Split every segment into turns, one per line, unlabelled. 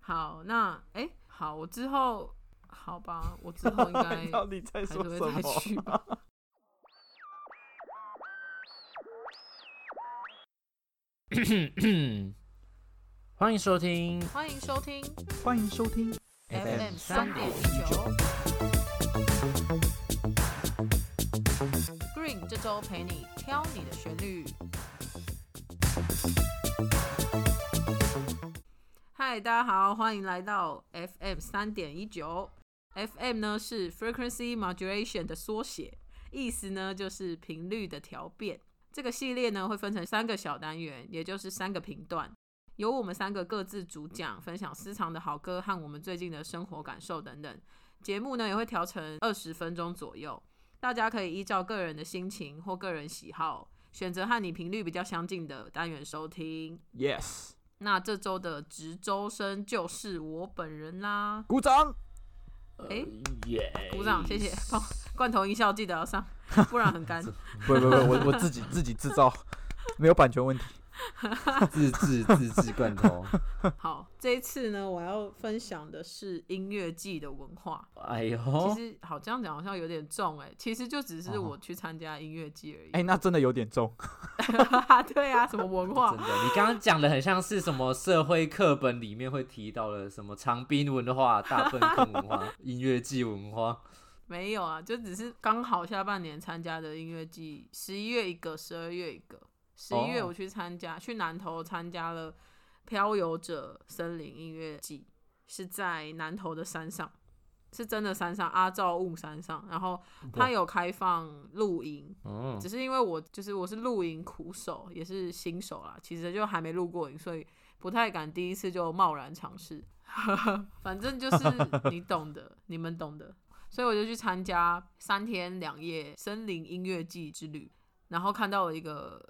好，那哎、诶好，我之后好吧，我之后应该
你 到底在
还是
说
会再
什么？
去吧。
欢迎收听
欢迎收听
欢迎收听
FM 三点一九。Green 这周陪你挑你的旋律。嗨，大家好，欢迎来到 FM 三点一九。FM 呢是 Frequency Modulation 的缩写，意思呢就是频率的调变。这个系列呢会分成三个小单元，也就是三个频段。由我们三个各自主讲，分享私藏的好歌和我们最近的生活感受等等。节目呢也会调成二十分钟左右，大家可以依照个人的心情或个人喜好，选择和你频率比较相近的单元收听。
Yes，
那这周的值周生就是我本人啦，
鼓掌。
诶
呃耶！
鼓掌，谢谢。帮罐头音效记得要上，不然很干。
不不不，我我 自己自己制造，没有版权 问题。
自制自制 罐头。
好，这一次呢，我要分享的是音乐季的文化。
哎呦，
其实好这样讲好像有点重哎、其实就只是
哦
我去参加音乐季而已。
哎、那真的有点重。
对啊，什么文化
真？的，你刚刚讲的很像是什么社会课本里面会提到的什么长滨文化、大粪坑 文化、音乐季文化。
没有啊，就只是刚好下半年参加的音乐季，十一月一个，十二月一个。十一月
哦
我去参加，去南投参加了《漂游者森林音乐季》，是在南投的山上，是真的山上，阿照雾山上。然后它有开放露营，
嗯，
只是因为我就是我是露营苦手，也是新手啦，其实就还没露过营，所以不太敢第一次就贸然尝试。 反正就是 你懂的，你们懂的，所以我就去参加三天两夜森林音乐季之旅，然后看到了一个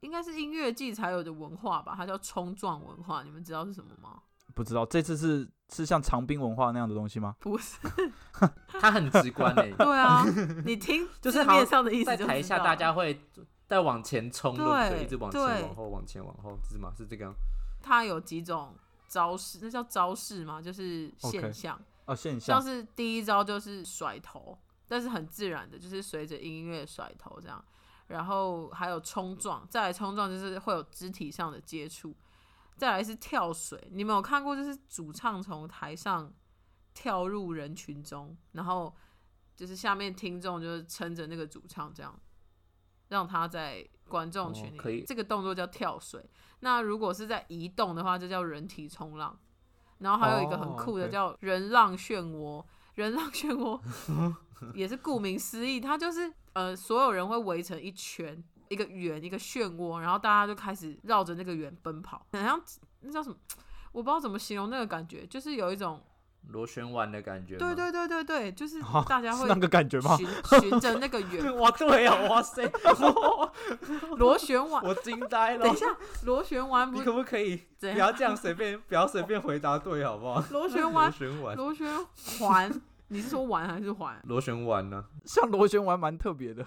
应该是音乐季才有的文化吧，它叫冲撞文化，你们知道是什么吗？
不知道这次是是像长滨文化那样的东西吗？
不是，
它很直观 欸诶、
对啊，你听
就是
字
好
面上的意思
在
就
台
知
下
道
大
了
家会再往前冲，对不
对
对？一直往前
对
往后，往前往后，是吗？是这个样。
它有几种招式，那叫招式吗？就是现
OK
象。
哦，现
像
象
是第一招就是甩头，但是很自然的，就是随着音乐甩头这样。然后还有冲撞，再来冲撞就是会有肢体上的接触，再来是跳水。你们有看过就是主唱从台上跳入人群中，然后就是下面听众就是撑着那个主唱这样，让他在观众群里。
哦可以
这个动作叫跳水。那如果是在移动的话，就叫人体冲浪。然后还有一个很
哦
酷的
，OK
叫人浪漩涡，人浪漩涡 也是顾名思义，它就是呃所有人会围成一圈，一个圆，一个漩涡，然后大家就开始绕着那个圆奔跑，好像那叫什么，我不知道怎么形容那个感觉，就是有一种
螺旋丸的感觉，
对，对对对对，就是
哦
大家
是
会
那个感觉吗？
循 循着那个圆
哇，对啊，哇塞， 我
螺旋丸。
我惊呆了
等一。下，螺旋丸不
你
是
可不可以
怎
不
样？
要这样随便，不要随便回答对好不好？
螺旋
螺
丸，
旋丸，
螺旋环，你是说丸还是环？
螺旋丸呢？
像螺旋丸蛮特别的，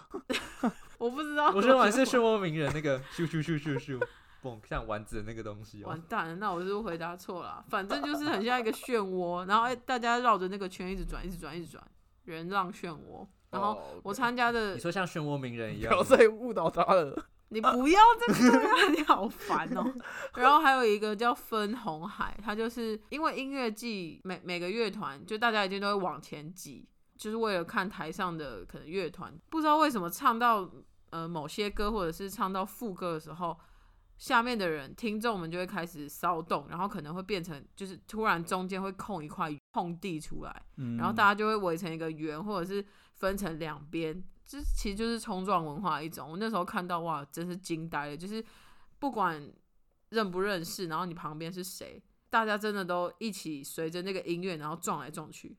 我不知道。
螺旋丸是漩涡鸣人那个咻咻咻咻咻，蹦像丸子的那个东西哦
完。蛋了，那我是不是回答错了啊，反正就是很像一个漩涡，然后哎大家绕着那个圈一直转，一直转，一直转，人浪漩涡。然后
哦
我参加的
你，说像漩涡鸣人一
不
样吗，
要再误导他了。
你不要这个啊，你好烦哦、然后还有一个叫分红海，它就是因为音乐季每每个乐团，就大家一定都会往前挤，就是为了看台上的可能乐团，不知道为什么唱到呃某些歌或者是唱到副歌的时候，下面的人听众们就会开始骚动，然后可能会变成就是突然中间会空一块空地出来，
嗯
然后大家就会围成一个圆，或者是分成两边，这其实就是冲撞文化的一种。我那时候看到哇，真是惊呆了，就是不管认不认识，然后你旁边是谁，大家真的都一起随着那个音乐，然后撞来撞去。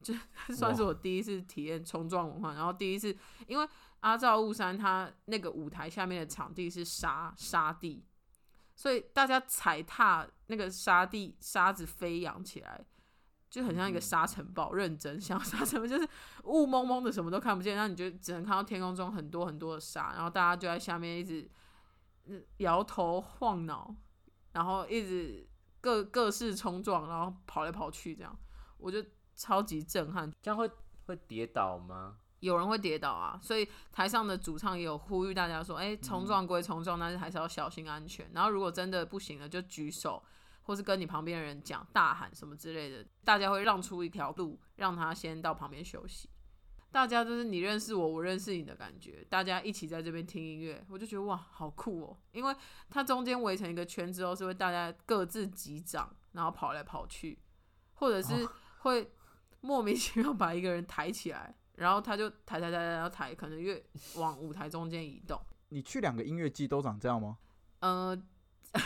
就 算是我第一次体验冲撞文化，然后第一次，因为阿照雾山它那个舞台下面的场地是沙沙地，所以大家踩踏那个沙地沙子飞扬起来，就很像一个沙尘暴。认真像 沙尘暴，就是雾蒙蒙的，什么都看不见，那你就只能看到天空中很多很多的沙，然后大家就在下面一直嗯摇头晃脑，然后一直各各式冲撞，然后跑来跑去这样，我就超级震撼。
这样会会跌倒吗？
有人会跌倒啊，所以台上的主唱也有呼吁大家说，哎、冲撞归冲撞，但是还是要小心安全。然后如果真的不行了，就举手，或是跟你旁边的人讲，大喊什么之类的，大家会让出一条路，让他先到旁边休息。大家就是你认识我，我认识你的感觉，大家一起在这边听音乐，我就觉得哇，好酷哦！因为它中间围成一个圈之后，是会大家各自击掌，然后跑来跑去，或者是会莫名其妙把一个人抬起来，然后他就抬抬抬抬，然后抬，可能越往舞台中间移动。
你去两个音乐季都长这样吗？
呃，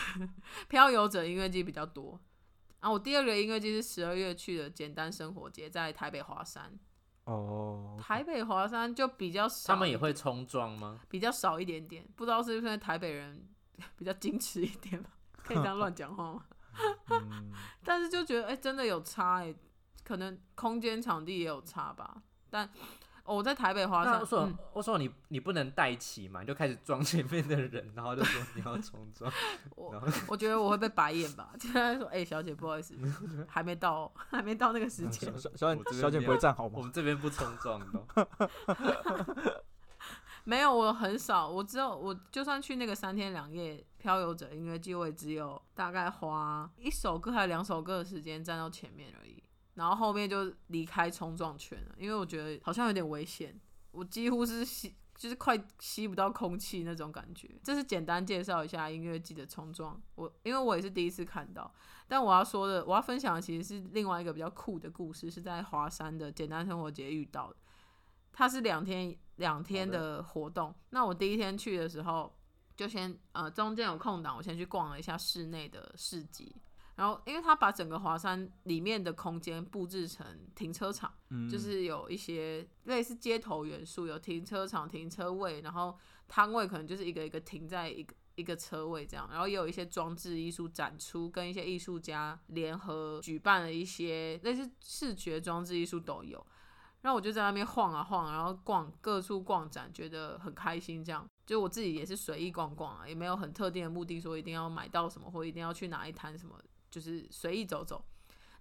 漂游者音乐季比较多。然后我第二个音乐季是十二月去的简单生活节，在台北华山。
哦，
台北华山就比较少，
他们也会冲撞吗？
比较少一点点，不知道是不是因为台北人 比较矜持一点吧？可以这样乱讲话吗？
嗯，
但是就觉得哎、真的有差哎、可能空间场地也有差吧。但、哦我在台北华
那
山，
我说、
嗯
我说你你不能带起嘛，你就开始撞前面的人，然后就说你要冲撞，然后
我觉得我会被白眼吧。现在说，哎、小姐，不好意思，还没到、 哦，还没到那个时间
小。小小
我
姐
这边
小姐
没
不会
有
站好
我
吗？
们这边不冲撞的哦。
没有，我很少，我只有我就算去那个三天两夜漂游者音乐季，我也只有大概花一首歌还有两首歌的时间站到前面而已，然后后面就离开冲撞圈了，因为我觉得好像有点危险，我几乎是吸。就是快吸不到空气那种感觉，这是简单介绍一下音乐季的冲撞。我因为我也是第一次看到，但我要说的，我要分享的其实是另外一个比较酷的故事，是在华山的简单生活节遇到的。它是两天两天的活动。那我第一天去的时候，就先呃中间有空档，我先去逛了一下室内的市集。然后，因为它把整个华山里面的空间布置成停车场，
嗯，
就是有一些类似街头元素，有停车场、停车位，然后摊位可能就是一个一个停在一个一个车位这样，然后也有一些装置艺术展出，跟一些艺术家联合举办了一些类似视觉装置艺术都有。然后我就在那边晃啊晃，然后逛各处逛展，觉得很开心。这样，就我自己也是随意逛逛啊，也没有很特定的目的，说一定要买到什么或一定要去哪一摊什么，就是随意走走。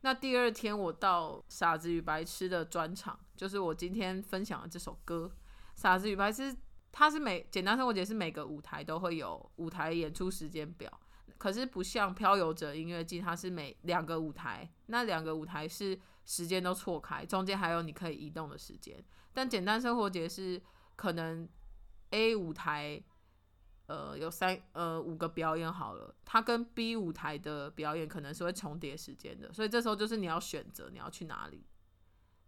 那第二天我到《傻子与白痴》的专场，就是我今天分享的这首歌《傻子与白痴》，它是每简单生活节是每个舞台都会有舞台演出时间表，可是不像漂游者音乐季，它是每两个舞台，那两个舞台是时间都错开，中间还有你可以移动的时间。但简单生活节是可能 A 舞台，呃，有三呃五个表演好了，它跟 B 舞台的表演可能是会重叠时间的，所以这时候就是你要选择你要去哪里。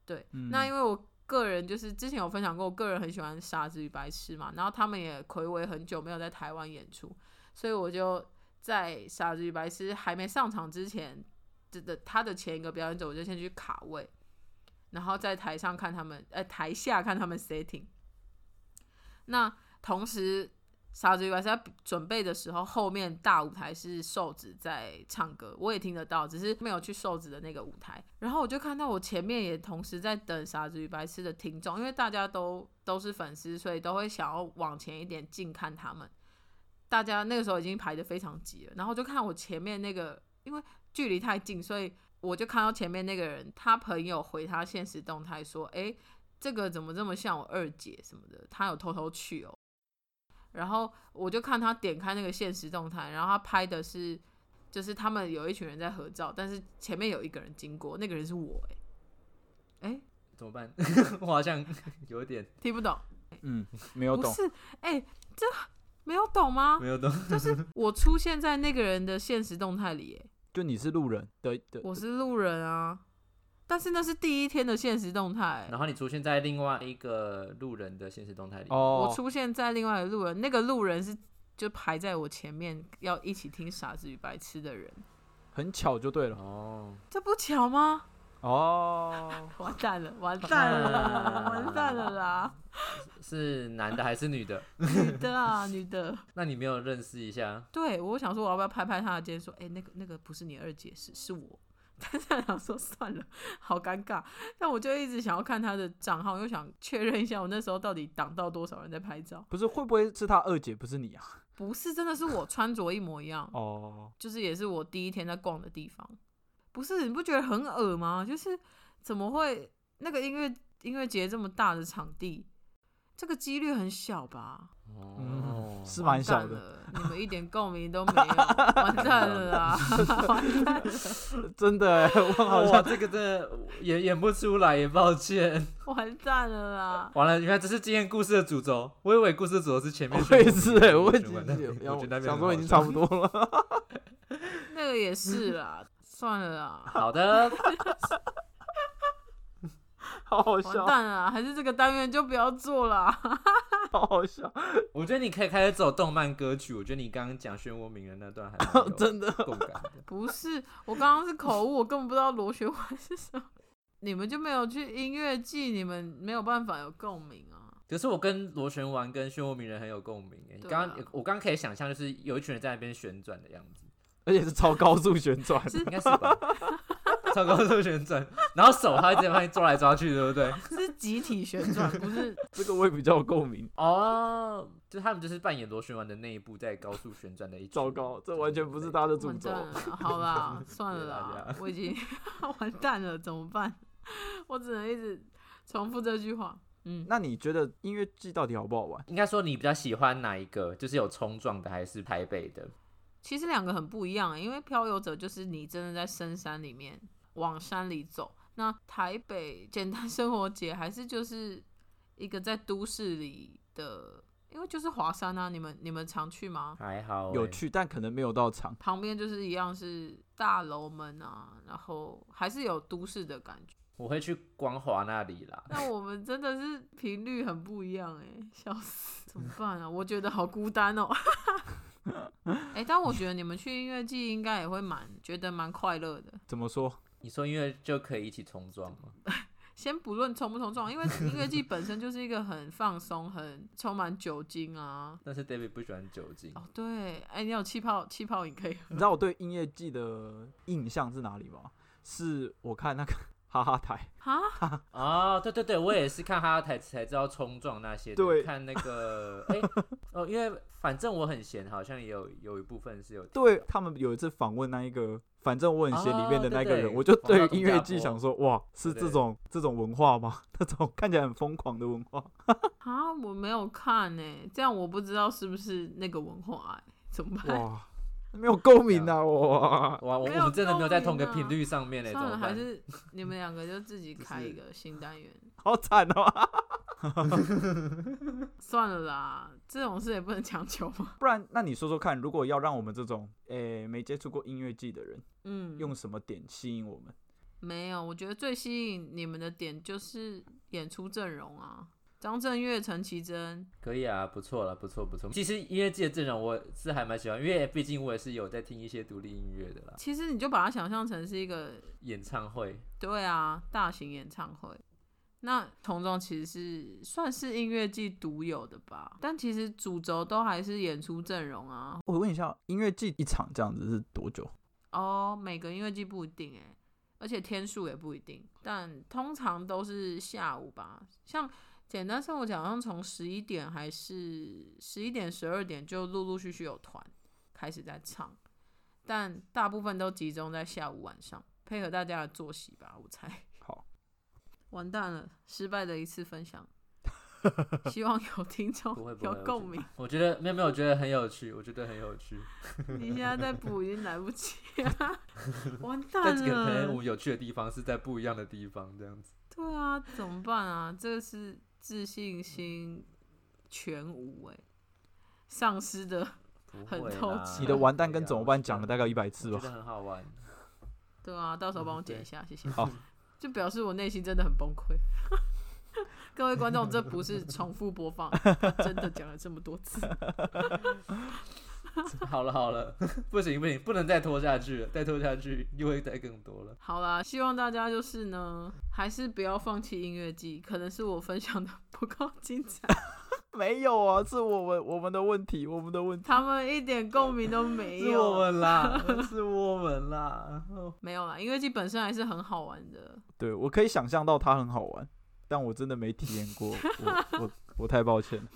对，
嗯
那因为我个人就是之前有分享过，我个人很喜欢《傻子与白痴》嘛，然后他们也暌违很久没有在台湾演出，所以我就在《傻子与白痴》还没上场之前这的他的前一个表演者，我就先去卡位，然后在台上看他们，呃，台下看他们 setting。那同时，傻子与白痴在准备的时候，后面大舞台是瘦子在唱歌，我也听得到，只是没有去瘦子的那个舞台。然后我就看到我前面也同时在等傻子与白痴的听众，因为大家都都是粉丝，所以都会想要往前一点近看他们。大家那个时候已经排得非常挤了，然后就看我前面那个，因为距离太近，所以我就看到前面那个人，他朋友回他现实动态说：“诶，这个怎么这么像我二姐什么的？”他有偷偷去哦。然后我就看他点开那个现实动态，然后他拍的是，就是他们有一群人在合照，但是前面有一个人经过，那个人是我欸诶，诶，
怎么办？我好像有点
听不懂，
嗯，没有
不
懂，
是诶，这没有懂吗？
没有懂。
我出现在那个人的现实动态里诶。欸
就你是路人的的，
我是路人啊，但是那是第一天的现实动态、
然后你出现在另外一个路人的现实动态里，
哦
我，出现在另外的路人，那个路人是就排在我前面要一起听《傻子与白痴》的人，
很巧就对了，
哦，
这不巧吗？
哦，
完蛋了，完蛋了，
啊
完蛋了啦！
是男的还是女的？
女的啊， 女的，
那你没有认识一下？
对我想说我要不要拍拍她的肩说，哎、那个那个不是你二姐，是是我。 但是想说算了，好尴尬。但我就一直想要看她的账号，又想确认一下我那时候到底挡到多少人在拍照。
不是会不会是他二姐不是你啊？
不是，真的是我穿着一模一样，
哦，
就是也是我第一天在逛的地方。不是，你不觉得很恶吗？就是怎么会那个音乐音乐节这么大的场地，这个几率很小吧？
哦，
是蛮小
完蛋
的，
了，你们一点共鸣都没 有，完蛋了啦！完蛋了，
真的欸，我好
哇，
像
这个真的演演不出来，也抱歉。
完蛋了啦！
完了，原来这是今天故事的主轴。我以为故事的主轴是前面。
我也是欸，我已经
觉得那边我觉得那边
想
很
说
好
已经
笑
差不多了。
那个也是啦，算了啦，
好的，
好好
完
笑，
蛋了啦，还是这个单元就不要做啦。
好好笑，
我觉得你可以开始走动漫歌曲。我觉得你刚刚讲漩涡鸣人那段还蛮有
真的。
共感的。
不是，我刚刚是口误，我根本不知道螺旋丸是什么。你们就没有去音乐季，你们没有办法有共鸣啊。
可是我跟螺旋丸跟漩涡鸣人很有共鸣诶。
对啊
刚刚我刚刚可以想象，就是有一群人在那边旋转的样子，
而且是超高速旋转，
是
应该是 吧？超高速旋转，然后手它一直把你抓来抓去，对不对？
是集体旋转，不是
这个我也比较有共鸣。
哦，就他们就是扮演螺旋丸的那一部在高速旋转的一群。
糟糕，这完全不是
对
他的主
完
轴
蛋。了。好啦，算了
谢谢
啦
啊
大，
我已经 完蛋了，怎么办？我只能一直重复这句话。嗯，
那你觉得音乐季到底好不好玩？
应该说你比较喜欢哪一个？就是有冲撞的，还是台北的？
其实两个很不一样欸、因为漂游者就是你真的在深山里面往山里走，那台北简单 生活节还是就是一个在都市里的，因为就是华山啊，你们你们常去吗？
还好欸、
有趣，但可能没有到场。
旁边就是一样是大楼们啊，然后还是有都市的感觉。
我会去光华那里啦。
但我们真的是频率很不一样哎、笑死！怎么办啊？我觉得好孤单哦。 哎、但我觉得你们去音乐季应该也会蛮觉得蛮快乐的。
怎么 说？
你说因为就可以一起冲撞吗？
先不论冲不冲撞，因为音乐季本身就是一个很放松、很充满酒精啊。
但是 David 不喜欢酒精，
哦，对，哎、你有气泡气泡饮可以喝
你知道我对音乐季的印象是哪里吗？是我看那个 哈哈台，
哈？
哦，对对对，我也是看他的台词才知道冲撞那些的。
对
看那 个，哎、哦，因为反正我很闲，好像也有有一部分是有听。
对他们有一次访问那一个，反正我很闲里面的那个人，
哦对对
我就
访
对
到
音
董
乐
家
季
波
想说，哇，是
对
这种这种文化吗？ 那种看起来很疯狂的文 化，
啊，我没有看呢、这样我不知道是不是那个文化、哎，怎么办？
哇，没有共鸣啊，哇，
哇，我
没有
我们真的没有在同
共
个
鸣啊
频率上面欸嘞，怎
算了，
么
还
办？
是你们两个就自己
就是
开一个新单元。
好惨哦！
算了啦，这种事也不能强求嘛。
不然，那你说说看，如果要让我们这种诶、没接触过音乐季的人，
嗯，
用什么点吸引我们？
没有，我觉得最吸引你们的点就是演出阵容啊，张震岳、陈绮贞，
可以啊，不错了，不错不错。其实音乐季的阵容我是还蛮喜欢，因为毕竟我也是有在听一些独立音乐的啦，
其实你就把它想象成是一个
演唱会。
对啊大型演唱会。那从中其实是算是音乐季独有的吧，但其实主轴都还是演出阵容啊。
我问一下，音乐季一场这样子是多久？
哦，每个音乐季不一定哎、而且天数也不一定，但通常都是下午吧。像简单生活节好像从十一点还是十一点、十二点就陆陆续续有团开始在唱，但大部分都集中在下午晚上，配合大家的作息吧，我猜。
好，
完蛋了，失败的一次分享。 希望有听众
不会不
有
会我觉
共
得
鸣。
我觉得没有没有，我觉得很有趣，我觉得很有趣。
你现在再补已经来不及 了，完蛋了。
但这个可能我们有趣的地方是在不一样的地方，这样子。
对啊，怎么办啊？这个是自信心全无哎、丧失的。
不
很
会
透
啦
彻
你的完蛋
对
跟
啊
怎么
我
办
觉
讲
得
了大概一百次
我觉
吧。
得很好玩。
对啊，到时候帮我剪
嗯对
一下，谢谢。
好，
就表示我内心真的很崩溃。 各位观众，这不是重复播放， 他真的讲了这么多次。
好了好了， 不行不行，不能再拖下去了，再拖下去又会再更多了。
好啦，希望大家就是呢，还是不要放弃音乐季，可能是我分享的不够精彩，
没有啊，是我们我们的问题，我们的问题。
他们一点共鸣都没
是我
有。
们啦， 是我们啦。
没有啦，音乐季本身还是很好玩的。
对我可以 想象到它很好玩，但我真的没体验过，我我我太抱歉了。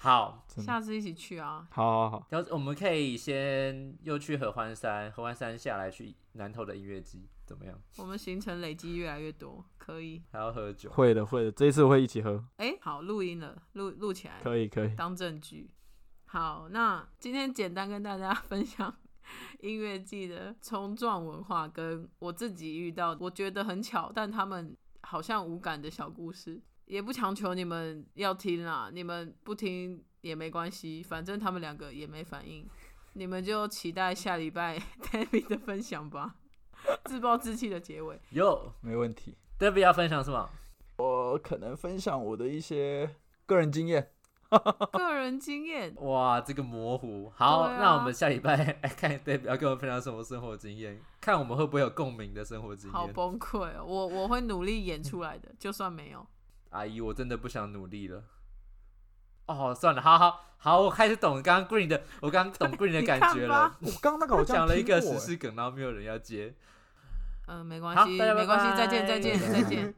好，
真的。
下次一起去啊。
好好好，
要我们可以先又去合欢山，合欢山下来去南投的音乐季，怎么样？
我们行程累积越来越多，可以。
还要喝酒，
会的会的，这一次会一起喝，
哎、好，录音了，录录起来，
可以可以。
嗯
当证据。好，那今天简单跟大家分享音乐季的冲撞文化，跟我自己遇到我觉得很巧，但他们好像无感的小故事。也不强求你们要听啦，你们不听也没关系，反正他们两个也没反应， 你们就期待下礼拜 David 的分享吧。自暴自弃的结 尾，
哟
没问题。
，David 要分享什么？
我可能分享我的一些个人经验。
个人经验，
哇，这个模糊。好，
对啊
那我们下礼拜 来看 David 要跟我们分享什么生活经验，看我们会不会有共鸣的生活经
好
验。
崩溃、哦。我我会努力演出来的，就算没有。
阿姨，我真的不想努力了。哦，算了，好好好，我开始懂刚刚 Green 的，我刚刚懂 Green 的
你
感
看
觉
吧
了。
我刚刚那个
我
好像
讲了一个
听
时
过欸
事梗，然后没有人要接。
嗯，没关
好
系，
大家
没
拜
关系，再
拜
见，再见，再见。